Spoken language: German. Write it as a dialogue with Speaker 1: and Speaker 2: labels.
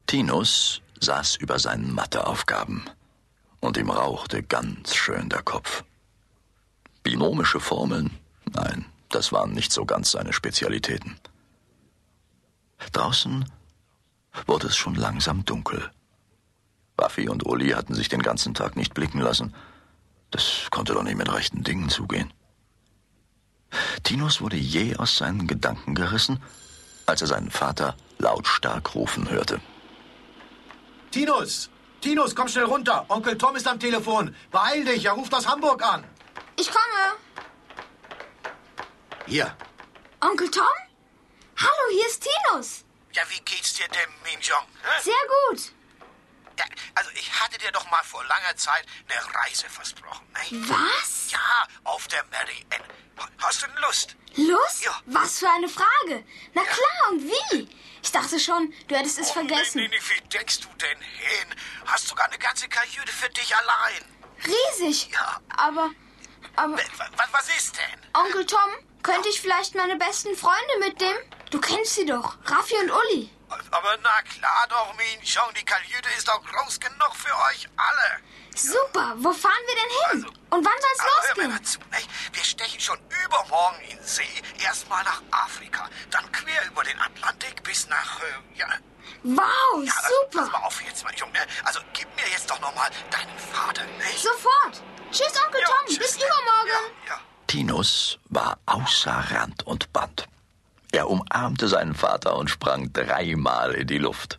Speaker 1: Martinus saß über seinen Matheaufgaben und ihm rauchte ganz schön der Kopf. Binomische Formeln? Nein, das waren nicht so ganz seine Spezialitäten. Draußen wurde es schon langsam dunkel. Buffy und Uli hatten sich den ganzen Tag nicht blicken lassen. Das konnte doch nicht mit rechten Dingen zugehen. Tinus wurde jäh aus seinen Gedanken gerissen, als er seinen Vater lautstark rufen hörte.
Speaker 2: Tinus! Tinus, komm schnell runter! Onkel Tom ist am Telefon! Beeil dich, er ruft aus Hamburg an!
Speaker 3: Ich komme.
Speaker 2: Hier,
Speaker 3: Onkel Tom? Hallo, hier ist Tinus.
Speaker 4: Ja, wie geht's dir denn, Minjong? Hä?
Speaker 3: Sehr gut.
Speaker 4: Ja, also, ich hatte dir doch mal vor langer Zeit eine Reise versprochen, ne?
Speaker 3: Was?
Speaker 4: Ja, auf der Mary Ann. Ha- Hast du denn Lust?
Speaker 3: Lust?
Speaker 4: Ja.
Speaker 3: Was für eine Frage. Na klar, und wie? Ich dachte schon, du hättest es vergessen.
Speaker 4: Nee, nee, nee, Oh, wie denkst du denn hin? Hast sogar eine ganze Kajüte für dich allein.
Speaker 3: Riesig.
Speaker 4: Ja.
Speaker 3: Aber, aber,
Speaker 4: Wa- wa- Was ist denn?
Speaker 3: Onkel Tom, könnte ich vielleicht meine besten Freunde mitnehmen? Du kennst sie doch, Raffi und Uli.
Speaker 4: Aber na klar doch, Minjong, die Kajüte ist doch groß genug für euch alle.
Speaker 3: Super, wo fahren wir denn hin? Und wann soll's
Speaker 4: Aber Also, hör mir
Speaker 3: losgehen?
Speaker 4: mal zu, ne? Wir stechen schon übermorgen in See, erstmal nach Afrika, dann quer über den Atlantik bis nach, äh, ja,
Speaker 3: Wow,
Speaker 4: Ja, also, Pass
Speaker 3: super.
Speaker 4: mal auf jetzt, mein Junge. Also gib mir jetzt doch nochmal deinen Vater. Ne?
Speaker 3: Sofort. Tschüss, Onkel
Speaker 4: Ja,
Speaker 3: Tom.
Speaker 4: tschüss.
Speaker 3: Bis übermorgen.
Speaker 4: Ja, ja.
Speaker 1: Tinus war außer Rand und Band. Er umarmte seinen Vater und sprang dreimal in die Luft.